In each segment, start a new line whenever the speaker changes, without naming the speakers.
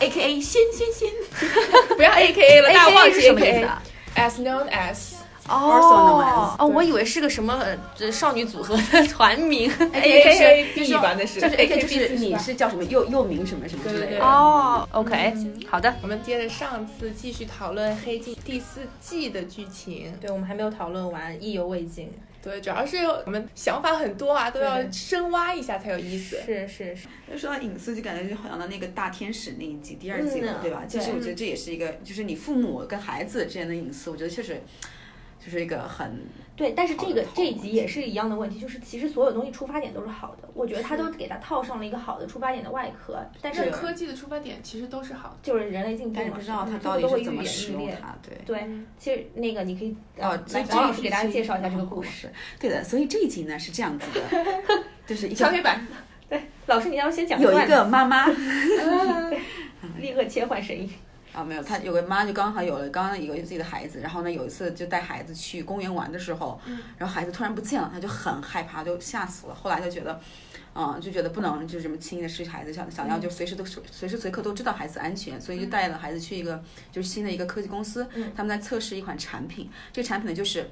A 新新新，不要 A K A 了，大家忘
AKA 是
记
什
A
么
K
意
A
思啊？
as known as
哦
known as，
哦，
对
我以为是个什么呃少女组合的团名
AKB
就
吧，那是
就是 A K 就
AKB
是你是叫什么又又名什么什么之类
对对
的。
对
哦。OK，好的，
我们接着上次继续讨论《黑镜》第四季的剧情。
对，我们还没有讨论完，意犹未尽。
对，主要是我们想法很多啊，都要深挖一下才有意思。
是是是，
就说到隐私，就感觉就好像到那个大天使那一集第二季
嗯
了
啊，
对吧？其实
对
我觉得这也是一个，就是你父母跟孩子之间的隐私，我觉得确实就是一个很
对，但是这
好的
个
讨论
这一集也是一样的问题，就是其实所有东西出发点都是好的，我觉得他都给他套上了一个好的出发点的外壳，但
但
是
对
科技的出发点其实都是好的。
就是人类进步嘛，
但是不知道他
嗯
到
最
底
后
是怎
都
么
会愈演
使
愈
用
烈。
它，对。
对，其实那个你可以
哦，所以
来
这
王老
一集哦
师给大家
是
介绍一下这个故事。。
对的，所以这一集呢是这样子的，就是一
小
个
黑板，
老师，你要不先讲
有
段
一
子，
个妈妈
嗯
立刻切换声音。
啊，没有，她有个妈就刚好有了，刚刚有自己的孩子，然后呢有一次就带孩子去公园玩的时候，然后孩子突然不见了，她就很害怕，就吓死了。后来就觉得，嗯，就觉得不能就是这么轻易的失去孩子，想想要就随时都随随时随刻都知道孩子安全，所以就带了孩子去一个就是新的一个科技公司，他们在测试一款产品，这个产品呢就是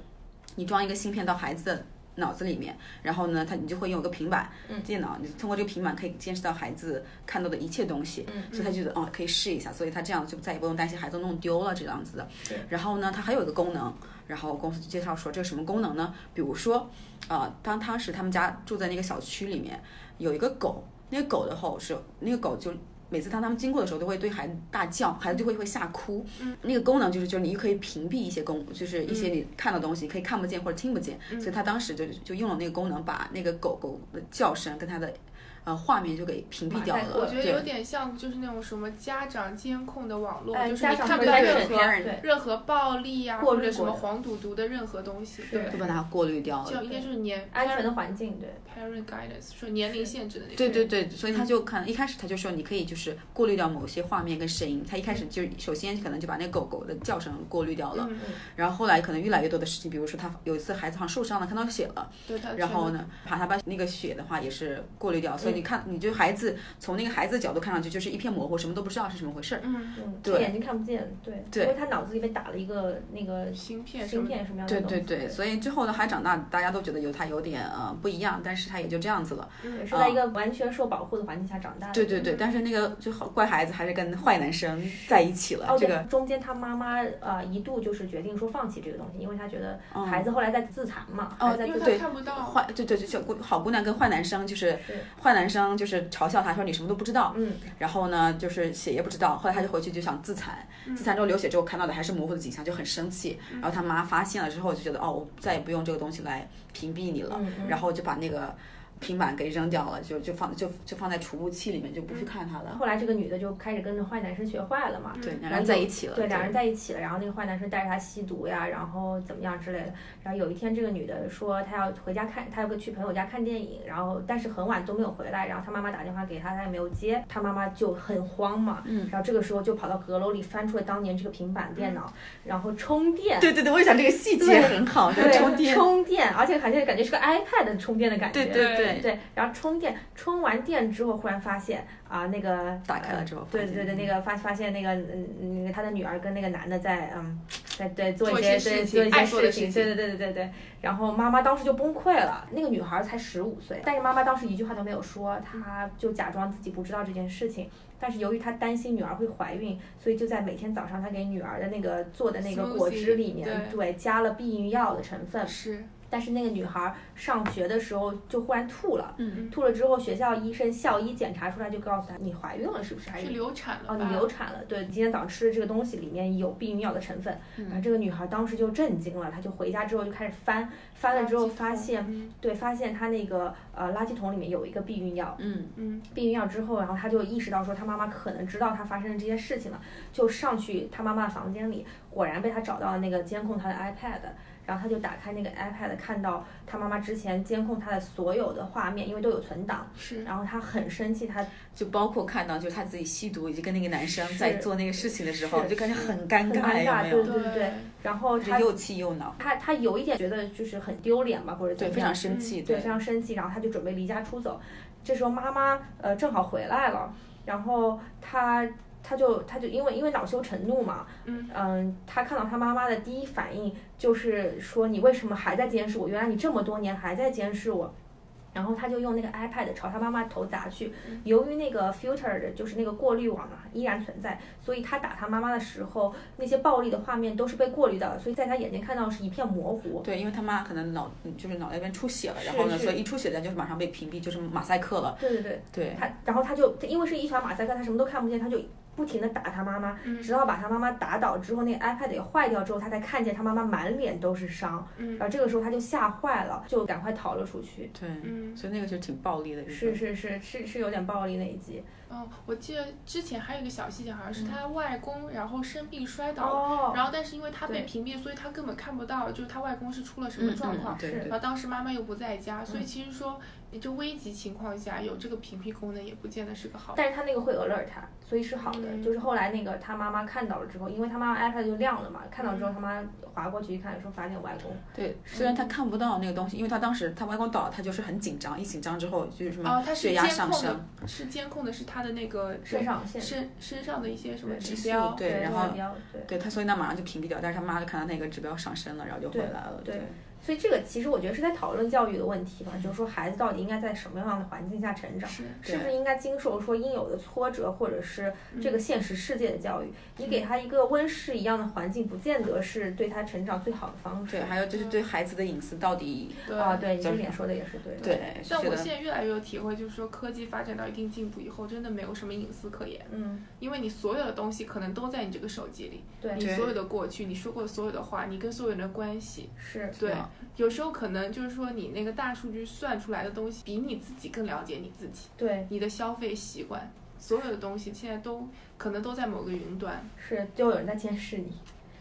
你装一个芯片到孩子的。脑子里面，然后呢，他你就会用一个平板、电脑，你通过这个平板可以监视到孩子看到的一切东西，所以他觉得哦可以试一下，所以他这样就再也不用担心孩子弄丢了这样子的。然后呢，它还有一个功能，然后公司就介绍说这个什么功能呢？比如说，呃，当当时他们家住在那个小区里面，有一个狗，那个狗的后是那个狗就。每次当他们经过的时候，都会对孩子大叫，孩子就会会吓哭。那个功能就是，就是你可以屏蔽一些功，就是一些你看到的东西，可以看不见或者听不见。所以他当时就就用了那个功能，把那个狗狗的叫声跟它的呃画面就给屏蔽掉
马赛
了。
克
我觉得
对
有点像就是那种什么家长监控的网络，
嗯
就是
家
你
长
看不
会
到
在
任
审
何
查
人
对
任何暴力呀、
过
或
滤
者什么
过的
黄赌毒的任何东西，
是
对
就，把它过滤掉了。
就应该就是年
安全的环境，对，
parent guidance 说年龄限制的那种。
对对对，所以他就看一开始他就说你可以就是过滤掉某些画面跟声音，他一开始就首先可能就把那狗狗的叫声过滤掉了，
嗯
然后后来可能越来越多的事情，比如说他有一次孩子好像受伤了，看到血了，
对，他
然后呢，把他把那个血的话也是过滤掉，所以你看你就孩子从那个孩子的角度看上去就是一片模糊，什么都不知道是什么回事儿。
嗯，
嗯，
对
眼睛看不见，对，
对
因为他脑子里面打了一个那个
芯片什
芯
么的。
片什么样的
对
东西
对对，所以之后呢，他长大，大家都觉得有他有点呃不一样，但是他也就这样子了。
对嗯是在一个完全受保护的环境下长大的。
嗯啊对对对，但是那个就好怪孩子还是跟坏男生在一起了
哦，，
这
对，
个
中间他妈妈呃一度就是决定说放弃这个东西，因为他觉得
嗯
孩子后来在自残嘛，
哦
还在
因
自
为
残
他看不到，
坏，对对，就小姑好姑娘跟坏男生，就是
对
坏男生就是嘲笑她说你什么都不知道，
嗯，
然后呢就是血也不知道，后来她就回去就想自残，
嗯
自残之后流血之后看到的还是模糊的景象，就很生气，然后她妈发现了之后就觉得哦，我再也不用这个东西来屏蔽你了，
嗯嗯
然后就把那个平板给扔掉了，就就放就就放在储物器里面，就不
嗯
去看它了，
后来这个女的就开始跟着坏男生学坏了嘛，
对，两
嗯然
人
后
在
有
一起了，
对，两人在一起了，然后那个坏男生带着她吸毒呀，然后怎么样之类的。然后有一天，这个女的说她要回家看，她要跟去朋友家看电影，然后但是很晚都没有回来，然后她妈妈打电话给她，她也没有接，她妈妈就很慌嘛，嗯，然后这个时候就跑到阁楼里翻出了当年这个平板电脑，然后充 电。
对对对，我想这个细节
对
很好，就
对
充电，
充电，而且好像感觉是个 iPad 的充电的感觉。
对对
对
对，
对，然后充电，充完电之后，忽然发现啊、那个
打开了
呃
之后发
对
现
对对，那个发发现那个嗯嗯，那个他的女儿跟那个男的在嗯，在对做
做
一
一
些
些
对
事情
做一
爱
些
做的
事
事
情，
情
对对对对对对。然后妈妈当时就崩溃了，那个女孩才十五岁，但是妈妈当时一句话都没有说，她就假装自己不知道这件事情。但是由于她担心女儿会怀孕，所以就在每天早上她给女儿的那个做的那个果
Smoothie，
汁里面，对加了避孕药的成分。
是
但是那个女孩上学的时候就忽然吐了，
嗯
吐了之后，学校医生校医检查出来就告诉她，你怀孕了是不是？还
是
是
流产了吧？
哦，你流产了，对，今天早上吃的这个东西里面有避孕药的成分。
嗯
然后这个女孩当时就震惊了，她就回家之后就开始翻，翻了之后
垃圾桶
发现，
嗯
对，发现她那个呃垃圾桶里面有一个避孕药，
嗯。
嗯，
避孕药之后，然后她就意识到说她妈妈可能知道她发生了这些事情了，就上去她妈妈的房间里，果然被她找到了那个监控她的 iPad，然后她就打开那个 iPad，看到她妈妈之前监控她的所有的画面，因为都有存档，
嗯是
然后她很生气，她
就包括看到，就是她自己吸毒以及跟那个男生在做那个事情的时候，
是
就感觉很尴
很尴
有
尬
没有？
对对对然后
就
她
又气又恼，
她她有一点觉得就是很丢脸吧，或者怎
对，
么
非
样
常生气，
对，非常生气，然后他就准备离家出走。这时候妈妈呃正好回来了，然后他他就他就因为因为恼羞成怒嘛，
嗯
他看到他妈妈的第一反应就是说你为什么还在监视我？原来你这么多年还在监视我。然后他就用那个 iPad 朝他妈妈头砸去，由于那个 filter 的就是那个过滤网啊依然存在，所以他打他妈妈的时候，那些暴力的画面都是被过滤掉的，所以在他眼睛看到是一片模糊。
对，因为他妈可能脑就是脑袋边出血了，然后呢，
是
所以一出血咱就是马上被屏蔽，就是马赛克了。
对对对，
对，
他然后他就他因为是一团马赛克，他什么都看不见，他就不停的打他妈妈，
嗯
直到把他妈妈打倒之后，那个 iPad 也坏掉之后，他才看见他妈妈满脸都是伤，
嗯
然后这个时候他就吓坏了，就赶快逃了出去。
对，
嗯，
所以那个是挺暴力的一个。
是是是是是有点暴力那一集
哦，我记得之前还有一个小细节，好像是他外公然后生病摔倒了，
嗯哦，
然后但是因为他被
对
屏蔽，所以他根本看不到，就是他外公是出了什么
嗯
状况。
对
是
对
然后当时妈妈又不在家，所以其实说，就危急情况下有这个屏蔽功能，也不见得是个好。
但是他那个会 alert 他，所以是好的。
嗯
就是后来那个他妈妈看到了之后，因为他妈妈 iPad 就亮了嘛，看到之
嗯
后他妈划过去一看，说罚点外公。
对，虽然他看不到那个东西，因为他当时他外公倒了，他就是很紧张，一紧张之后就是什
哦
么，
它是
血压
监
上
控
升，
的，是监控的是他的那个
肾上腺
身身上的一些什么
对
指
指数
标。
对然后
比较对。
对他，所以那马上就屏蔽掉，但是他妈就看到那个指标上升了，然后就回
对
来了。
对所以这个其实我觉得是在讨论教育的问题吧，就是说孩子到底应该在什么样的环境下成长，
是
是不是应该经受说应有的挫折，或者是这个现实世界的教育？你给他一个温室一样的环境，不见得是对他成长最好的方式。
对，还有就是
嗯
对孩子的隐私到底，
对
啊，对，你这
就是
点说的也是对的。
对，哦是
但
觉
我
得
现在越来越有体会，就是说科技发展到一定进步以后，真的没有什么隐私可言，
嗯，
因为你所有的东西可能都在你这个手机里，
对
你
对
所有的过去，你说过所有的话，你跟所有人的关系，
是，
对
啊，
有时候可能就是说你那个大数据算出来的东西，比你自己更了解你自己，
对，
你的消费习惯，所有的东西现在都可能都在某个云端，
是，就有人在监视你。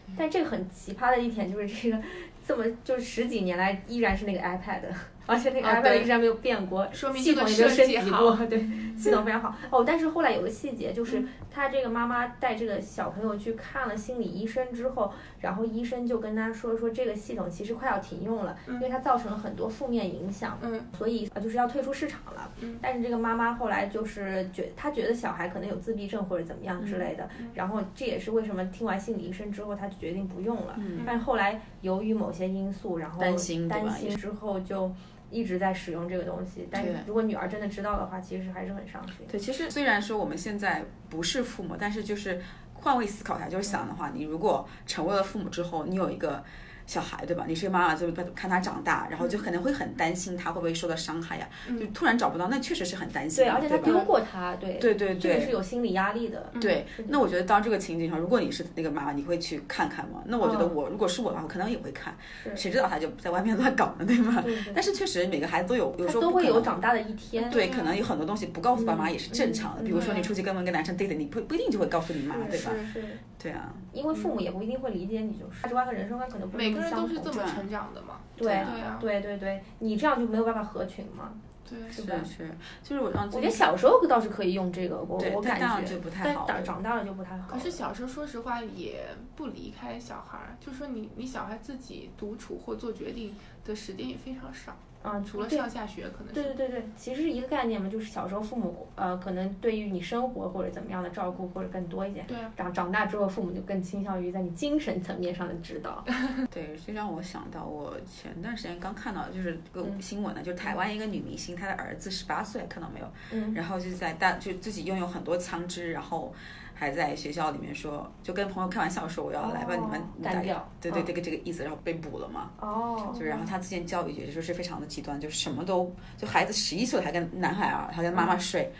嗯
但这个很奇葩的一点就是这个，这么就是十几年来依然是那个 iPad，而且那个
啊
iPad
对
依然没有变过，
说明
系
这个
统也没有
设
升
计
级
好
过， 对，系统非常好。哦，但是后来有个细节，
嗯
就是他这个妈妈带这个小朋友去看了心理医生之后，然后医生就跟他说说这个系统其实快要停用了，因为它造成了很多负面影响。
嗯，
所以呃就是要退出市场了。
嗯
但是这个妈妈后来就是觉，她觉得小孩可能有自闭症或者怎么
嗯
样之类的，然后这也是为什么听完心理医生之后，她就决定不用了。
嗯
但是后来由于某些因素，然后
担心对吧
担心之后就。一直在使用这个东西，但是
对
如果女儿真的知道的话，其实还是很伤心。
对，其实虽然说我们现在不是父母，但是就是换位思考一下，就是想的话，你如果成为了父母之后，你有一个。小孩对吧？你是个妈妈，就是看他长大，然后
嗯
就可能会很担心他会不会受到伤害呀、就突然找不到，那确实是很担心
对，
的，
而且她
对吧？
丢过她，对，
对对嗯
这个是
对
有心理压力的。
对
嗯是的。
那我觉得到这个情景上，如果你是那个妈妈，你会去看看吗？那我觉得我、如果是我的话，我可能也会看，
嗯是
谁知道他就在外面乱搞呢，对吗？
对对
但是确实每个孩子都有，有
嗯她
时候
都
不
会
可
有
能
长大的一天。
对，
对啊
可能有很多东西不告诉爸妈也是正常的。
嗯嗯
比如说
对啊
你出去跟个男生 date，你不不一定就会告诉你妈，
是
对吧？
是
是，
对啊，
因为父母也不一定会理解你，就是价值观和人生观可能不
每
那
个
么
人
相
都
同
是。这么成长的嘛，
对
对啊，
对对对，你这样就没有办法合群嘛，
对。啊
是吧？
是，就是我让
我
自
觉
己
得小时候倒是可以用这个，我
对，
我
但
感
大了
觉
就，不太
但
好
长
了。
长大了就不太好
可
了。
是小时候，说实话也不离开小孩儿，就说你你小孩自己独处或做决定的时间也非常少，
啊，
除了
对
上下学可能
对对
是。
对对，其实是一个概念嘛，就是小时候父母呃可能对于你生活或者怎么样的照顾或者更多一点，
对啊，
长长大之后父母就更倾向于在你精神层面上的指导。
对，这让我想到我前段时间刚看到的就是个
嗯
新闻呢，就是台湾一个女明星，她的儿子十八岁，看到没有？
嗯，
然后就在大就自己拥有很多枪支，然后还在学校里面说，就跟朋友开玩笑说我要来把你们
哦
打
干掉
对对，
嗯
这个这个意思，然后被捕了嘛。
哦
就，然后他之前教育也就是非常的极端，就什么都就孩子十一岁还跟男孩啊，还跟妈妈睡，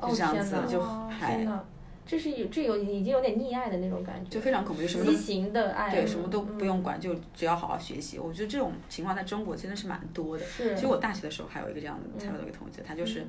哦
就这样
天
子
哪
就
哇
还
天呐，这是有这有已经有点溺爱的那种感觉，
就非常恐怖，就什么都
畸形的爱，
对什么都
嗯
不用管，就只要好好学习。我觉得这种情况在中国真的是蛮多的。
是
其实我大学的时候还有一个这样
嗯
的，采访到一个同学，他就是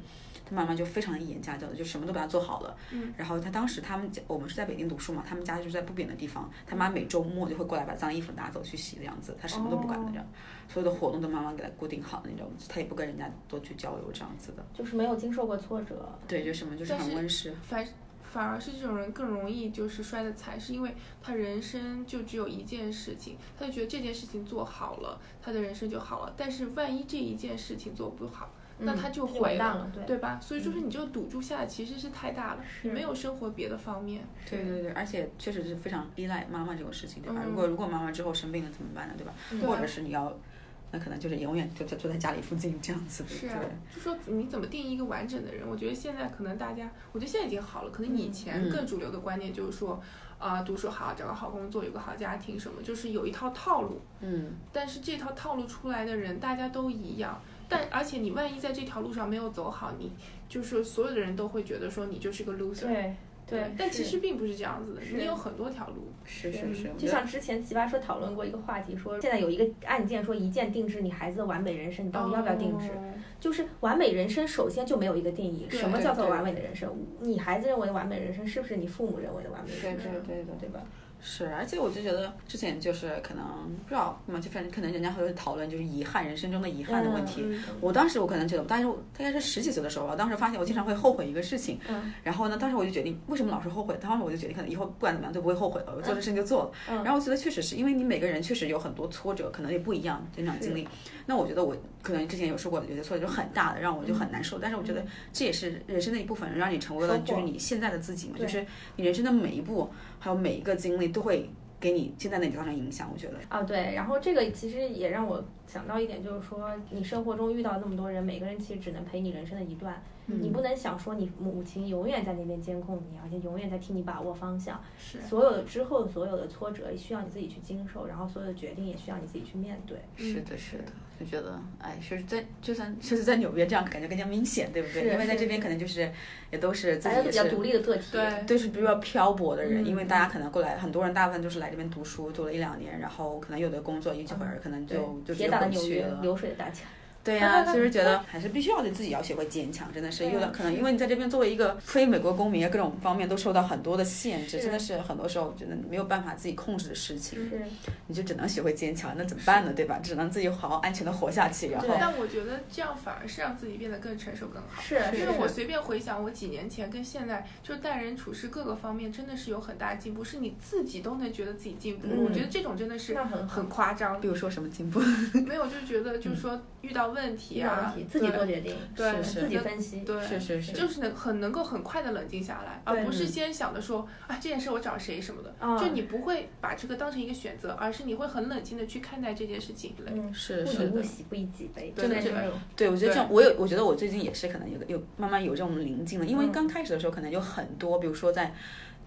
他妈妈就非常严家教的，就什么都把他做好了。
嗯。
然后他当时他们家我们是在北京读书嘛，他们家就是在不远的地方，他
嗯
妈每周末就会过来把脏衣服拿走去洗的样子，他什么都不管的这样，
哦
所有的活动都妈妈给他固定好的那种，他也不跟人家多去交流这样子的。
就是没有经受过挫折。
对，就什么就是
但
很
是
温室。
反反而是这种人更容易就是摔得惨，是因为他人生就只有一件事情，他就觉得这件事情做好了，他的人生就好了。但是万一这一件事情做不好，那他就
嗯就完
毁
蛋了，对。嗯
对吧？所以就是你这个赌注下的其实是太大了，
是
你没有生活别的方面，
对对对，而且确实是非常依赖妈妈这种事情，对吧？如果如果妈妈之后生病了怎么办呢，对吧？
嗯对啊
或
吧
者？是你要，那可能就是永远就就就在家里附近这样子的，
是啊
对，
就说你怎么定义一个完整的人？我觉得现在可能大家，我觉得现在已经好了，可能以前
嗯
更主流的观念就是说，啊、读书好，找个好工作，有个好家庭，什么就是有一套套路。
嗯，
但是这套套路出来的人，大家都一样。但而且你万一在这条路上没有走好，你就是所有的人都会觉得说你就是个 loser。
对对，
但
是
其实并不是这样子的，
是
你有很多条路。
是是
嗯
是，我
就
觉得
像之前奇葩说讨论过一个话题，说现在有一个案件说一键定制你孩子的完美人生，你到底要不要定制？
哦
就是完美人生首先就没有一个定义，
对
什么叫做
对
完美的人生？你孩子认为的完美人生是不是你父母认为的完美人
对
生？
对对对。
对吧？
是，而且我就觉得之前就是可能不知道嘛，就反正可能人家会讨论就是遗憾，人生中的遗憾的问题。
嗯
我当时我可能觉得，但是我大概是十几岁的时候吧，我当时发现我经常会后悔一个事情。
嗯
然后呢，当时我就决定，为什么老是后悔？当时我就决定，可能以后不管怎么样都不会后悔了，我做的事情就做了。
嗯
然后我觉得确实是因为你每个人确实有很多挫折，可能也不一样成长经历。那我觉得我可能之前有说过，有些挫折就很大的，让我就很难受。但是我觉得这也是人生的一部分，让你成为了
嗯收获
就是你现在的自己嘛，
对
就是你人生的每一步，还有每一个经历都会给你现在的你造成影响。我觉得，
啊，对，然后这个其实也让我想到一点，就是说你生活中遇到那么多人，每个人其实只能陪你人生的一段，
嗯
你不能想说你母亲永远在那边监控你，而且永远在替你把握方向。
是
所有的之后所有的挫折需要你自己去经受，然后所有的决定也需要你自己去面对。
是的，是的，就觉得，哎，就是在就算就是在纽约这样，感觉更加明显，对不对？
是
因为在
是
这边可能就是也都是自己
大家都
也
比较
是
独立的个体，
对
对，是比较漂泊的人，
嗯
因为大家可能过来，很多人大部分都是来这边读书，读了一两年，然后可能有的工作一几会
嗯
儿，可能就哦就直
铁
接
打的
回
纽
去
约，
了。
流水的大家。
对呀、就是觉 得还是必须要对自己要学会坚强，真的是
对啊
有点可能，因为你在这边作为一个非美国公民，各种方面都受到很多的限制，
是
真的是很多时候真的没有办法自己控制的事情，
是，
你就只能学会坚强，那怎么办呢？对吧？只能自己好好安全的活下去，然后
对
但我觉得这样反而是让自己变得更成熟、更好。
是
因
是
为我随便回想，我几年前跟现在，就是待人处事各个方面，真的是有很大进步，是你自己都能觉得自己进步。
嗯
我觉得这种真的是
那很好
很夸张
比，如说什么进步，
没有就是觉得就是说遇到问题
遇到问
啊，
题自己做决定，
对
是
自己
那
分析。
对。
是是是，
就是能很能够很快的冷静下来，而
对
不是
嗯
先想着说啊这件事我找谁什么的，
啊
就你不会把这个当成一个选择，而是你会很冷静的去看待这件事情。
嗯，
是
不
是
以
的
物。喜，不以己悲，
对
的
对
是
对
那种
对，我觉得这
对
样，我有，我觉得我最近也是可能有有慢慢有这种临近了，因为
嗯
刚开始的时候可能有很多，比如说在。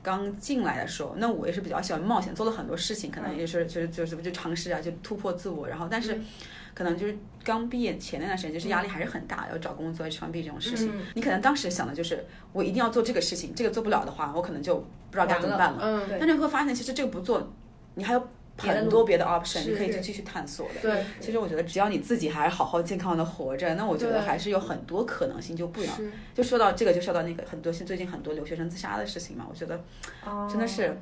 刚进来的时候，那我也是比较喜欢冒险，做了很多事情，可能也是就是就是就尝试啊，就突破自我。然后，但是
嗯
可能就是刚毕业前那段时间，就是压力还是很大，要找工作、啊要穿 B 这种事情
嗯。
你可能当时想的就是，我一定要做这个事情，这个做不了的话，我可能就不知道该怎么办了。
嗯，
对
但是你会发现，其实这个不做，你还有
别的
很
路
多别的 option，
是
你可以
是
继续探索的。
对，
其实我觉得，只要你自己还好好健康的活着，那我觉
对
得还是有很多可能性就不一样。
是
就说到这个，就说到那个很多最近很多留学生自杀的事情嘛，我觉得
哦
真的是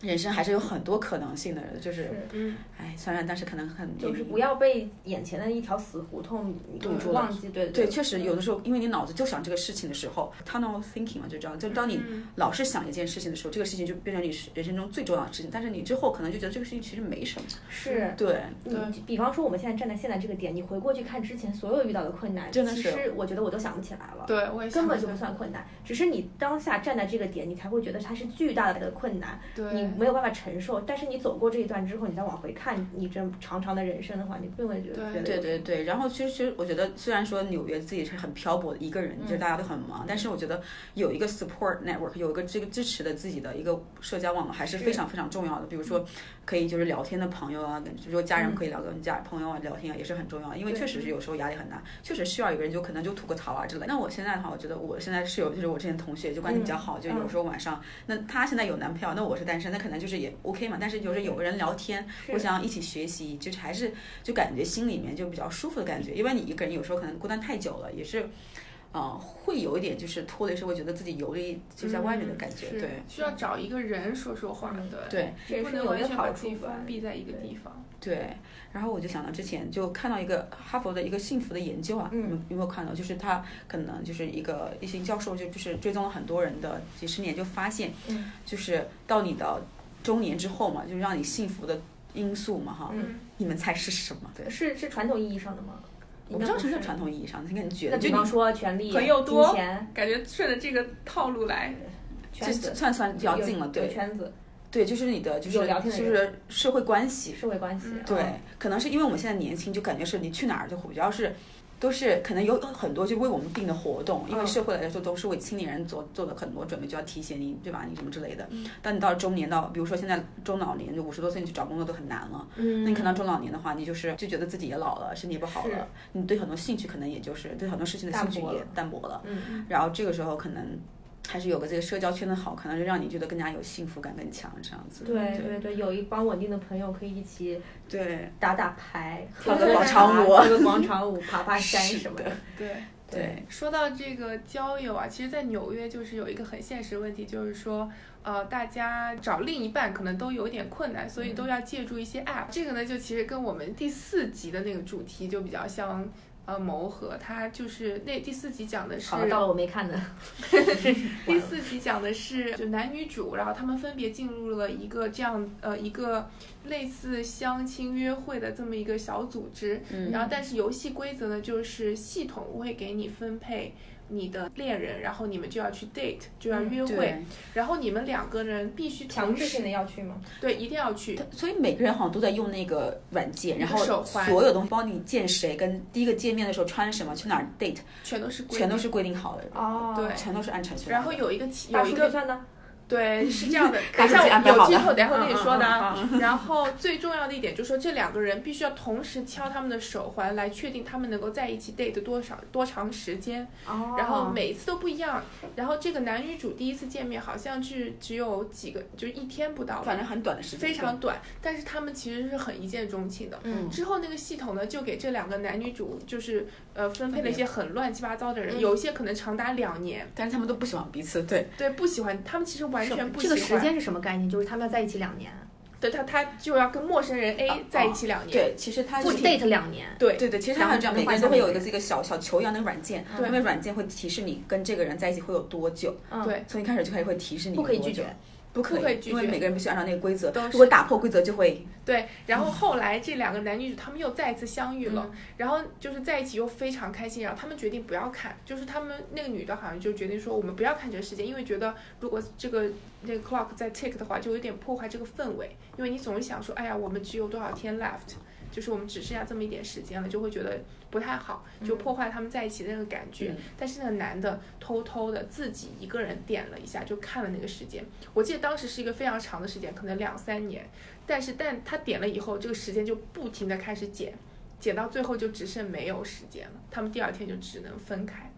人生还是有很多可能性的，就是
是
嗯，
哎，虽然但是可能很
就是不要被眼前的一条死胡同
堵住了
忘记，对
嗯对，确实有的时候，因为你脑子就想这个事情的时候，tunnel thinking 嘛，就这样，就当你
嗯
老是想一件事情的时候，这个事情就变成你人生中最重要的事情，但是你之后可能就觉得这个事情其实没什么。
是。
对，
你比方说，我们现在站在现在这个点，你回过去看之前所有遇到的困难，
真的
其
是
实我觉得我都想不起来了。
对，我也
根本
想
就不算困难，只是你当下站在这个点，你才会觉得它是巨大的困难，
对，
你没有办法承受。但是你走过这一段之后，你再往回看你这长长的人生的话，你并不会觉得
对
觉得
对对对，然后其实其实我觉得，虽然说纽约自己是很漂泊的一个人，就是大家都很忙，但是我觉得有一个 support network，有一个这个支持的自己的一个社交网络还是非常非常重要的。比如说，可以就是聊天的朋友啊，跟就是说家人可以聊跟家朋友啊聊天啊，也是很重要的，因为
对
确实是有时候压力很大，确实需要一个人就可能就吐个槽啊之类。那我现在的话，我觉得我现在室友就是我之前同学就关系比较好，就有时候晚上，那她现在有男朋友，那我是单身，那可能就是也 OK 嘛。但是有时候有个人聊天，
是
互相一起学习，就是还是就感觉心里面就比较舒服的感觉。因为你一个人有时候可能孤单太久了，也是，呃，会有一点就是脱离社会，觉得自己游离就在外面的感觉。
嗯是
对
需要找一个人说说话，
嗯
对。
对
这也
不
是
能
有
完
一个
全把
好
自己
处吧
封。闭在一个
对
地方。
对。然后我就想到之前就看到一个哈佛的一个幸福的研究啊，
嗯
你们有没有看到？就是他可能就是一个一些教授就就是追踪了很多人的几十年，就发现
嗯
就是到你的中年之后嘛，就是让你幸福的因素嘛哈，
嗯，
你们猜是什么？对。
是是传统意义上的吗？
我不知道是不是传统意义上的，你感觉
那
得
比
就
方
你
说权力、
朋友多
金钱、
感觉顺着这个套路来，
圈
这
子
算算比较
有
近了，
有
对
圈子、
对，就是你的就是
有聊
就
天的
是社会关系，
社会关系
嗯，
对
嗯，
可能是因为我们现在年轻，就感觉是你去哪儿就比较是，都是可能有很多就为我们定的活动，因为
嗯
社会来说都是为青年人做做的很多准备，就要提携你，对吧？你什么之类
嗯
的。但你到了中年，到比如说现在中老年，就五十多岁你去找工作都很难了。
嗯，
那你可能中老年的话，你就是就觉得自己也老了，身体也不好
是
了，你对很多兴趣可能也就是对很多事情的
淡
兴趣
薄
也
了
淡薄了。
嗯，
然后这个时候可能还是有个这个社交圈的好，可能是让你觉得更加有幸福感更强这样子。
嗯对对对，有一帮稳定的朋友可以一起
对。
打打牌、
跳
个广
场舞
跳个广场舞、爬爬山
是
什么
的
的。
对。
对
说到这个交友啊，其实，在纽约就是有一个很现实的问题，就是说，呃，大家找另一半可能都有一点困难，所以都
嗯
要借助一些 app。这个呢，就其实跟我们第四集的那个主题就比较相呃谋合。它就是那第四集讲的是
好了，到了我没看的，
第四集讲的是就男女主，然后他们分别进入了一个这样呃一个类似相亲约会的这么一个小组织，
嗯
然后但是游戏规则呢就是系统会给你分配。你的恋人，然后你们就要去 date，就要约会，
嗯对
然后你们两个人必须
强
同
制性
时
的要去吗？
对，一定要去
它，所以每个人好像都在用那个软件，然后
手环
所有东西，包括你见谁，跟第一个见面的时候穿什么，去哪儿 date，
全都是规定
全都是规定好的，
哦
对
全都是按程序来的。，
然后有一个其
大
有
数
一
据
个
算的，
对，是这样的
大
等一
数
下
据安排
我
好
有
的
剧透，等一下会跟你
嗯
说的啊。
嗯
然后最重要的一点就是说，这两个人必须要同时敲他们的手环，来确定他们能够在一起 date 多少多长时间。
哦
然后每一次都不一样。然后这个男女主第一次见面好像是只有几个，就是一天不到吧，
反正很短的时间，
非常短，但是他们其实是很一见钟情的。
嗯
之后那个系统呢，就给这两个男女主就是呃分配了一些很乱七八糟的人，有一些可能长达两年，
但是他们都不喜欢彼此，对，
对，不喜欢，他们其实完全不喜
这
欢。
个时间是什么概念？就是他们要在一起两年，
对他，他就要跟陌生人 A 在一起两年。
对，其实
啊
他
不
是
date 两年，
对
对对，其实他还有这样，每
然后
个人
就换下
都会有一
一
个
个
这个小小球一样的软件，
对
因为软件会提示你跟这个人在一起会有多久，
嗯
对
从一开始就开始会提示你
不可以
有多
拒绝
久，不可以，
不可以拒
因为
绝
每个人必须按照那个规则
都，
如果
是
打破规则就会
对然后后来这两个男女主他们又再一次相遇了，然后就是在一起又非常开心，然后他们决定不要看，就是他们那个女的好像就决定说我们不要看这个时间，因为觉得如果这个那个 clock 在 tick 的话，就有点破坏这个氛围，因为你总是想说，哎呀，我们只有多少天 left。就是我们只剩下这么一点时间了，就会觉得不太好，就破坏他们在一起的那个感觉。
嗯
但是那个男的偷偷的自己一个人点了一下，就看了那个时间。我记得当时是一个非常长的时间，可能两三年。但是，但他点了以后，这个时间就不停的开始减，减到最后就只剩没有时间了。他们第二天就只能分开，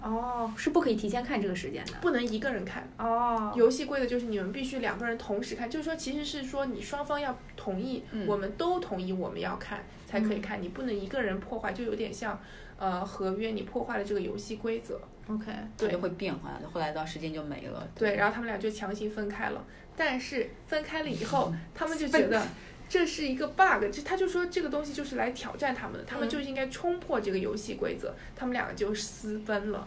哦，是不可以提前看这个时间的。
不能一个人看。
哦，
游戏规则就是你们必须两个人同时看，就是说其实是说你双方要同意，
嗯
我们都同意我们要看才可以看，你不能一个人破坏，就有点像呃合约，你破坏了这个游戏规则。
OK，
它
对
就会变化，后来到时间就没了。
对，然后他们俩就强行分开了。但是分开了以 后，他们就觉得这是一个 bug，就他就说这个东西就是来挑战他们的，他们
嗯
就应该冲破这个游戏规则。他们两个就私奔了。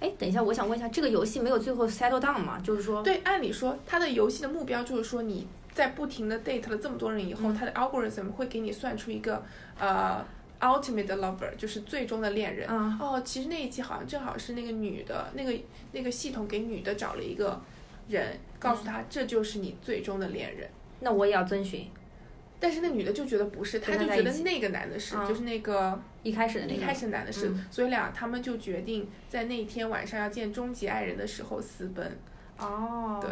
哎，等一下，我想问一下，这个游戏没有最后 settle down 吗？就是说，
对，按理说他的游戏的目标就是说你。在不停的 date 了这么多人以
嗯
后，他的 algorithm 会给你算出一个呃 ultimate lover，就是最终的恋人。
嗯，
哦，其实那一期好像正好是那个女的，那个那个系统给女的找了一个人，告
嗯
诉她这就是你最终的恋人。
那我也要遵循
但是那女的就觉得不是，她
跟他
就
在
觉得
一起
那个男的是，
啊
就是那个
一开始的那
一
个。
开始男的是，
嗯
所以俩他们就决定在那一天晚上要见终极爱人的时候私奔。
哦，
对，，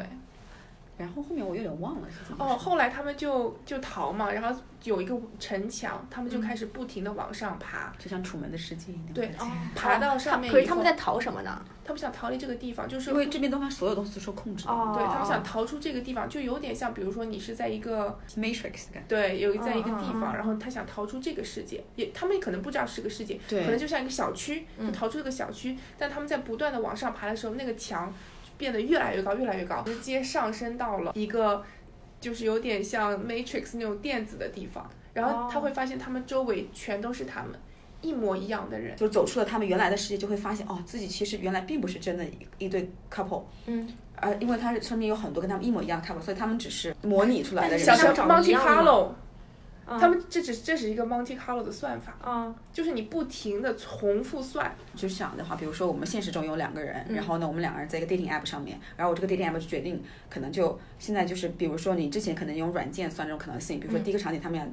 然后后面我有点忘了
嗯
是怎么
哦，
回事
后来他们就就逃嘛，然后有一个城墙，他们就开始不停的往上爬，
就像《楚门的世界》一样。
对哦
感觉
爬到上面以后。
可是他们在逃什么呢？
他们想逃离这个地方，就是
因为这边东方所有东西都受控制的。
哦
对他们想逃出这个地方，就有点像，比如说你是在一个
Matrix 的感觉。
对，有在一个
嗯嗯
地方，
嗯
然后他想逃出这个世界，也他们可能不知道是个世界，
对
可能就像一个小区，就
嗯
逃出这个小区，但他们在不断的往上爬的时候，那个墙变得越来越高，越来越高，直接上升到了一个就是有点像 Matrix 那种电子的地方，然后他
哦
会发现他们周围全都是他们一模一样的人，
就是走出了他们原来的世界，就会发现哦，自己其实原来并不是真的一一对 couple，
嗯，
而因为他身边有很多跟他们一模一样的 couple，所以他们只是模拟出来的
但是
人
小
像
时
哦长
候
生。
得
Monte
一样吗
Carlo，
嗯
他们这只这是一个 Monte Carlo 的算法，
嗯
就是你不停的重复算，
就是想的话，比如说我们现实中有两个人，
嗯
然后呢，我们两个人在一个 dating app 上面，然后我这个 dating app 就决定，可能就现在就是，比如说你之前可能用软件算这种可能性，比如说第一个场景他们俩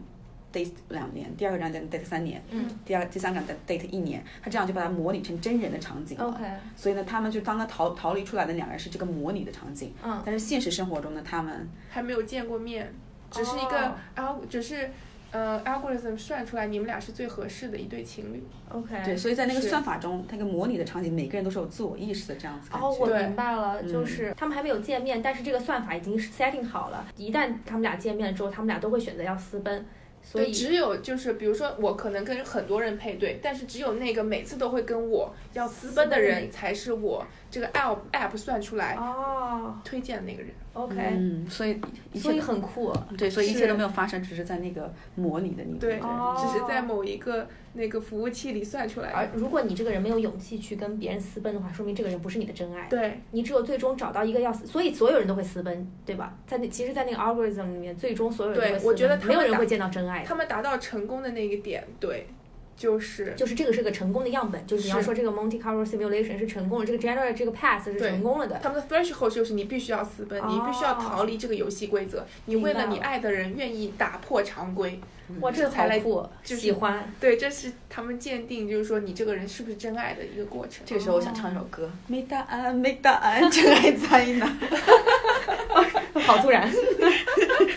date 两年，第二个场景 date 三年，
嗯，
第二第三个 date 一年，他这样就把它模拟成真人的场景了。
OK，
所以呢，他们就当他逃逃离出来的两个人是这个模拟的场景，
嗯
但是现实生活中呢，他们
还没有见过面，只是一个
哦
al、只是呃 algorithm 算出来你们俩是最合适的一对情侣。
哦，OK，
对，所以在那个
是
算法中，那个模拟的场景，每个人都是有自我意识的这样子感觉。
哦，我
对
明白了，就
嗯
是他们还没有见面，但是这个算法已经 setting 好了，一旦他们俩见面之后，他们俩都会选择要私奔，所
对，
以
只有就是比如说我可能跟很多人配对，但是只有那个每次都会跟我要私奔的
私奔的那
人才是我这个 app app 算出来
哦
推荐的那个人。
，OK，、
嗯，所以一
所
切
以
都
很酷，
对，所以一
是
切都没有发生，只是在那个模拟的你
对
哦
只是在某一个那个服务器里算出来
而
的。
如果你这个人没有勇气去跟别人私奔的话，说明这个人不是你的真爱。
对，
你只有最终找到一个要私，所以所有人都会私奔，对吧？在那其实，在那个 algorithm 里面，最终所有人都
对
会私奔，
我觉得他
没有
们
人
打
会见到真爱的。
他们达到成功的那个点，对，就是
就是这个是个成功的样本，就是你要
是
说这个 Monte Carlo simulation 是成功了，这个 general 这个 path 是
对
成功了的。嗯
他们的 threshold 就是你必须要私奔，你必须要逃离这个游戏规则，你为了你
哦明白
爱的人愿意打破常规。
哇，这个好
才来
酷，
就是
喜欢。
对，这是他们鉴定，就是说你这个人是不是真爱的一个过程。
这个时候我想唱一首歌，没答案，没答案， 真爱在哪？
好突然，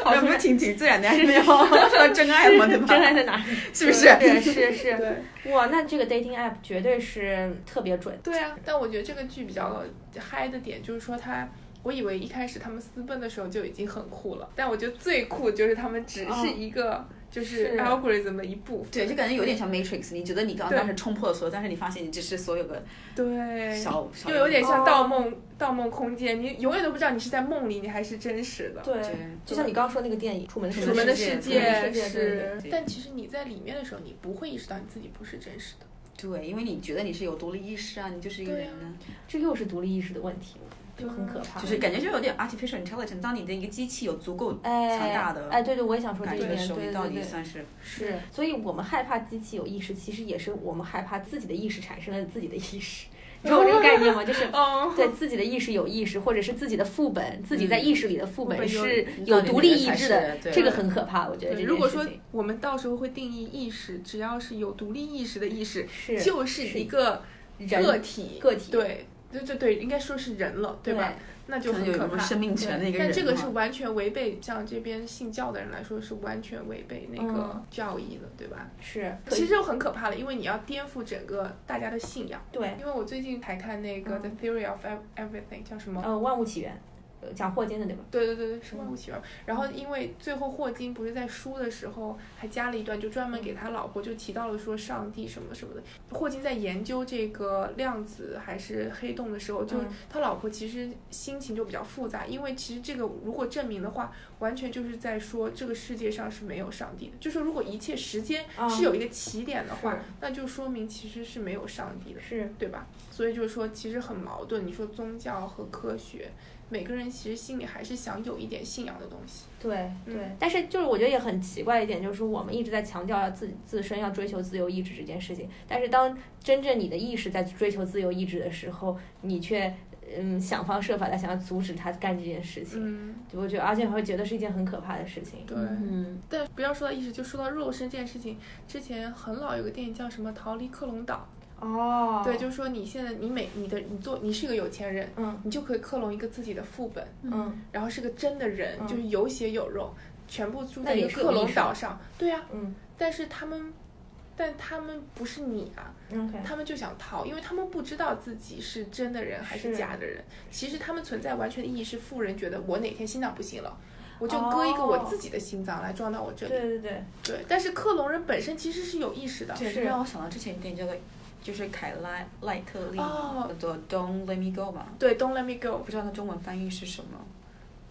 好
我
突
们
然，
挺挺自然的，没 有说真爱嘛，对吧？
真爱在哪？
是不是？
是是是，
对
哇，那这个 dating app 绝对是特别准。
对啊，但我觉得这个剧比较嗨的点就是说他。我以为一开始他们私奔的时候就已经很酷了，但我觉得最酷就是他们只是一个就是
嗯是
algorithm 的一部分。
对，就感觉有点像 Matrix，你觉得你刚
对
当时冲破了所有，但是你发现你只是所有个
对，
小小
就有点像
哦
《盗梦》盗梦空间》，你永远都不知道你是在梦里，你还是真实的。
对就像你刚刚说那个电影《出门
楚
楚门
的
的
世
世
界
界
对对
是
对，
但其实你在里面的时候，你不会意识到你自己不是真实的。
对，因为你觉得你是有独立意识啊，你就是一个
对
人
啊
呢，
这又是独立意识的问题，就很可怕。
就是感觉就有点 artificial intelligence。当你的一个机器有足够
哎，
强大的
哎，对对，我也想说这
感
一
觉
点，
的
对
时候，
对
你到
对
底
对，
算是
嗯
是，所以我们害怕机器有意识，其实也是我们害怕自己的意识产生了自己的 意识，你知道我这个概念吗？就是
哦，
对自己的意识有意识，或者是自己的副本，自己在意识里的副
副嗯
本
本有
是
你到
有
底
独
哪
立
个
意
才
志
是
的，
对
这个很可怕，我觉得
对
这件
如果
事
说
情
我们到时候会定义意识，只要是有独立意识的意识，
是
就是
是
一个
人
个体，
个体
对。对对对，应该说是人了，对吧？那就
可能
很可
有什么
怕。
生命权的一
对
个人
但
嘛。
这个是完全违背，像这边信教的人来说是完全违背那个
嗯
教义的，对吧？
是可
其
以
实就很可怕了，因为你要颠覆整个大家的信仰。
对，
因为我最近才看那个《The
嗯
Theory of Ev- Everything》，叫什么？
呃，万物起源，呃讲霍金的对吧？
对对对对，是万物起源。然后因为最后霍金不是在书的时候还加了一段，就专门给他老婆就提到了说上帝什么什么的。霍金在研究这个量子还是黑洞的时候，就
嗯
他老婆其实心情就比较复杂，因为其实这个如果证明的话，完全就是在说这个世界上是没有上帝的。就是如果一切时间
啊
是有一个起点的话，
是
那就说明其实是没有上帝的。
是
对吧？所以就是说，其实很矛盾。你说宗教和科学，每个人其实心里还是想有一点信仰的东西。
对
嗯
对，但是就是我觉得也很奇怪一点，就是我们一直在强调要自自身要追求自由意志这件事情，但是当真正你的意识在追求自由意志的时候，你却嗯想方设法的想要阻止他干这件事情，
嗯，
我觉得而且会觉得是一件很可怕的事情。
对。
嗯，
但不要说到意识，就说到肉身这件事情。之前很老有个电影叫什么《逃离克隆岛》，
哦，
对，就是说你现在你每你的你做你是个有钱人，
嗯
你就可以克隆一个自己的副本，
嗯
然后是个真的人，
嗯
就是有血有肉，全部住在
那
一
也
个
是有
克
意
隆
识
岛上。对呀、
嗯
但是他们，但他们不是你啊，
，OK，
他们就想逃，因为他们不知道自己是真的人还是
是
假的人。其实他们存在完全的意义是，富人觉得我哪天心脏不行了，我就割一个我自己的心脏来装到我这里。
对对哦对，
对，但是克隆人本身其实是有意识的。
对，
是
这让我想到之前一电影叫做就是凯拉赖特利
哦
的《Don't Let Me Go》嘛，
对，Don't let me go，
我不知道它中文翻译是什么。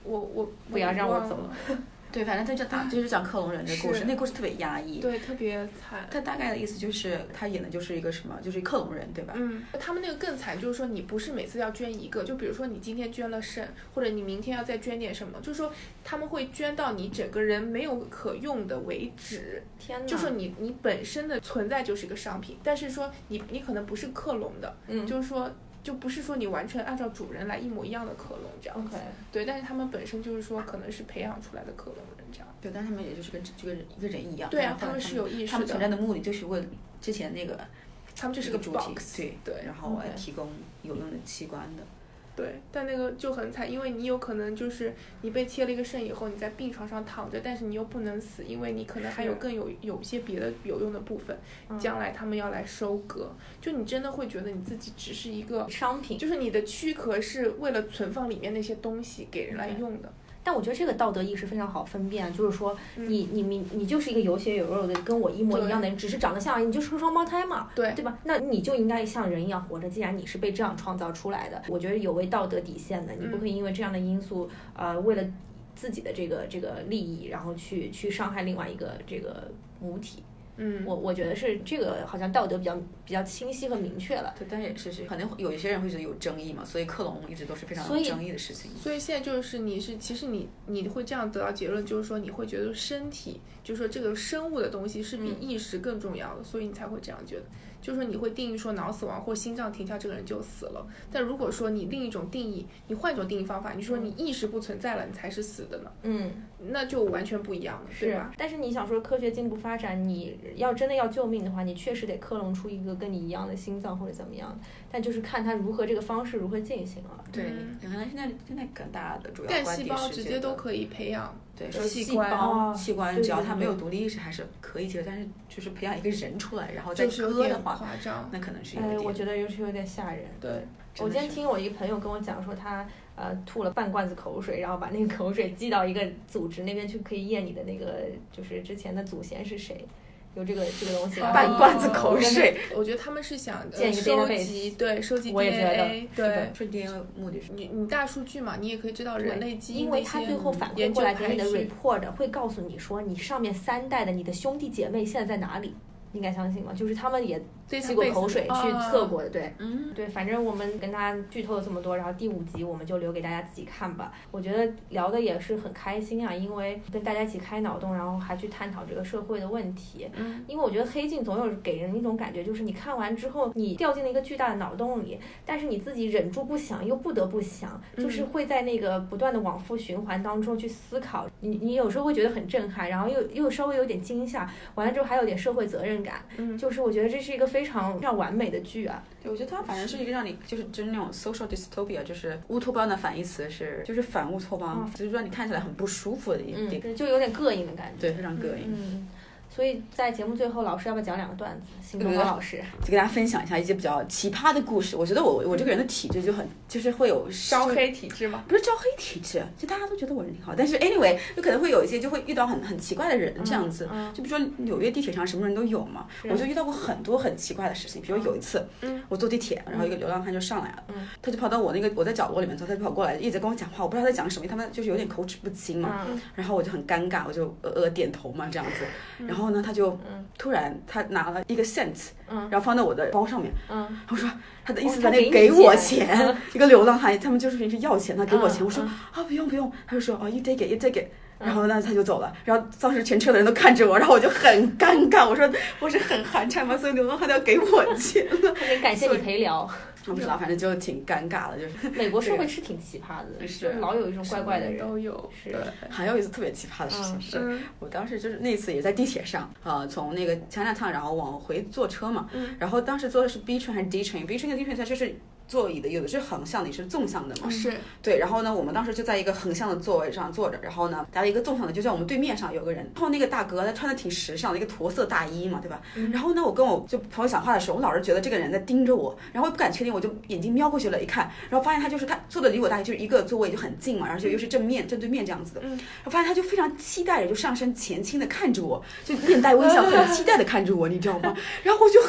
我我
不要让我走
忘
了。
对，反正他就打就是讲克隆人这个故事，
是
那故事特别压抑。
对，特别惨。
他大概的意思就是，他演的就是一个什么，就是克隆人，对吧？
嗯，他们那个更惨，就是说你不是每次要捐一个，就比如说你今天捐了肾，或者你明天要再捐点什么，就是说他们会捐到你整个人没有可用的为止。
天哪，
就说你你本身的存在就是一个商品，但是说你你可能不是克隆的，
嗯
就是说就不是说你完全按照主人来一模一样的克隆这样子
OK，
对，但是他们本身就是说可能是培养出来的克隆人这样，
对，但是他们也就是跟这个人一个人一样。
对
然
啊，
后
他
后来
们是有意
他
识
们存在
的，
的目的就是为了之前那个
他们就是
这
个
主体嗯
box，
对
对嗯
然后
OK
提供有用的器官的。
对，但那个就很惨，因为你有可能就是你被切了一个肾以后，你在病床上躺着，但是你又不能死，因为你可能还有
是
更有有一些别的有用的部分，
嗯
将来他们要来收割，就你真的会觉得你自己只是一个。
嗯商品。
就是你的躯壳是为了存放里面那些东西给人来用的，
但我觉得这个道德意识非常好分辨，啊就是说
嗯
你、你你你就是一个有血有肉的，跟我一模一样的人，只是长得像而已，你就是个双胞胎嘛，
对
对吧？那你就应该像人一样活着，既然你是被这样创造出来的，我觉得有违道德底线的，你不
嗯
可以因为这样的因素，呃，为了自己的这个这个利益，然后去去伤害另外一个这个母体。
嗯，
我我觉得是这个好像道德比较比较清晰和明确了。
对，但也是是，可能有一些人会觉得有争议嘛，所以克隆一直都是非常
所
有
以
争议的事情。
所以现在就是你是，其实你你会这样得到结论，就是说你会觉得身体，就是说这个生物的东西是比
嗯
意识更重要的，所以你才会这样觉得。就是说你会定义说脑死亡或心脏停跳，这个人就死了。但如果说你另一种定义，你换一种定义方法，你说你
嗯
意识不存在了，你才是死的呢，
嗯，
那就完全不一样了，对
是啊
吧？，
但是你想说科学进步发展，你要真的要救命的话，你确实得克隆出一个跟你一样的心脏或者怎么样，但就是看它如何这个方式如何进行了。
对
嗯，
可能现在现在可能大家的主要
干
观
细
点
胞
是
直
觉
接
得
都可以培养，
对，
对
说
器
细
官啊
胞
哦
器官
对
只要
对
它
对
没有独立意识还是可以接受，但是就是培养一个人出来然后再
就是有
割
点
的话，
夸张。
那可能是有一
哎，
点。
我觉得又是有点吓人。
对，
真
我
的
今天
是
听我一个朋友跟我讲说他，呃吐了半罐子口水，然后把那个口水寄到一个组织那边去，可以验你的那个就是之前的祖先是谁，有这个这个东西。
哦
然后
半罐子
嗯
口水，
我觉得他们是想呃
建一个
收
database
集，对，收集
我也觉得
DNA，
是的
对。
说 DNA 目的是
你你大数据嘛，你也可以知道人类基因
因为他最后反馈
研究
过来给你的
排序
report 会告诉你说，你上面三代的你的兄弟姐妹现在在哪里，你敢相信吗？就是他们也
对
吸过口水
啊
去测。过的，对。
嗯，
对，反正我们跟大家剧透了这么多，然后第五集我们就留给大家自己看吧。我觉得聊的也是很开心啊，因为跟大家一起开脑洞，然后还去探讨这个社会的问题。
嗯，
因为我觉得《黑镜》总有给人一种感觉，就是你看完之后，你掉进了一个巨大的脑洞里，但是你自己忍住不想，又不得不想，就是
嗯
会在那个不断的往复循环当中去思考。你你有时候会觉得很震撼，然后又又稍微有点惊吓，完了之后还有点社会责任感。
嗯
就是我觉得这是一个非常非常完美的剧啊。
对，我觉得它反正是一个让你就是就是那种 social dystopia，就是乌托邦的反义词是就是反乌托邦，
嗯
就是让你看起来很不舒服的一
嗯
点，，
就有点膈应的感觉。
对，非常膈应。
嗯，所以在节目最后，老师要不要讲两个段子？新东方老师，
就跟大家分享一下一些比较奇葩的故事。我觉得我我这个人的体质就很就是会有
招
就
黑体质嘛，
不是招黑体质，就大家都觉得我人挺好，但是 anyway 就可能会有一些就会遇到很很奇怪的人 这样子。
嗯
就比如说纽约地铁上什么人都有嘛，
是
我就遇到过很多很奇怪的事情。比如有一次，
嗯
我坐地铁，然后一个流浪汉就上来了，
嗯
他就跑到我那个我在角落里面坐，他就跑过来一直在跟我讲话，我不知道他在讲什么，因为他们就是有点口齿不清嘛。
嗯
然后我就很尴尬，我就呃呃点头嘛这样子。然后呢，他就
嗯
突然他拿了一个 cent，
嗯
然后放到我的包上面。
嗯，
我说他的意思
哦
在
他
那个
给
给
你
我
钱
钱， 一个流浪汉，他们就是平时要钱，他给我
嗯
钱，我说
嗯
啊不用不用，他就说哦 you take it you take it，
嗯
然后呢他就走了，然后当时全车的人都看着我，然后我就很尴尬，我说我是很寒碜吗？所以流浪汉要给我钱，
特别感谢你陪聊。
我不知道，反正就挺尴尬的，就是
美国社会是挺奇葩的，
啊是
就老有一种怪怪的人。
嗯 都有，
是
对，
还有一次特别奇葩的事情
嗯
是。
嗯
我当时就是那次也在地铁上，呃，从那个前两趟然后往回坐车嘛，
嗯
然后当时坐的是 B train 还是 D train？B train 跟 D train 它就是座椅的，有的是横向的，有的是纵向的
哦
嘛。
是，
对，然后呢，我们当时就在一个横向的座位上坐着，然后呢，搭了一个纵向的，就在我们对面上有个人。然后那个大哥他穿的挺时尚的一个驼色大衣嘛，对吧？然后呢，我跟我就朋友讲话的时候，我老是觉得这个人在盯着我，然后我不敢确定，我就眼睛瞄过去了，一看，然后发现他就是他坐的离我大概就是一个座位就很近嘛，而且又是正面正对面这样子的，
嗯
然后发现他就非常期待的就上身前倾的看着我，就面带微笑，很期待的看着我，你知道吗？然后我就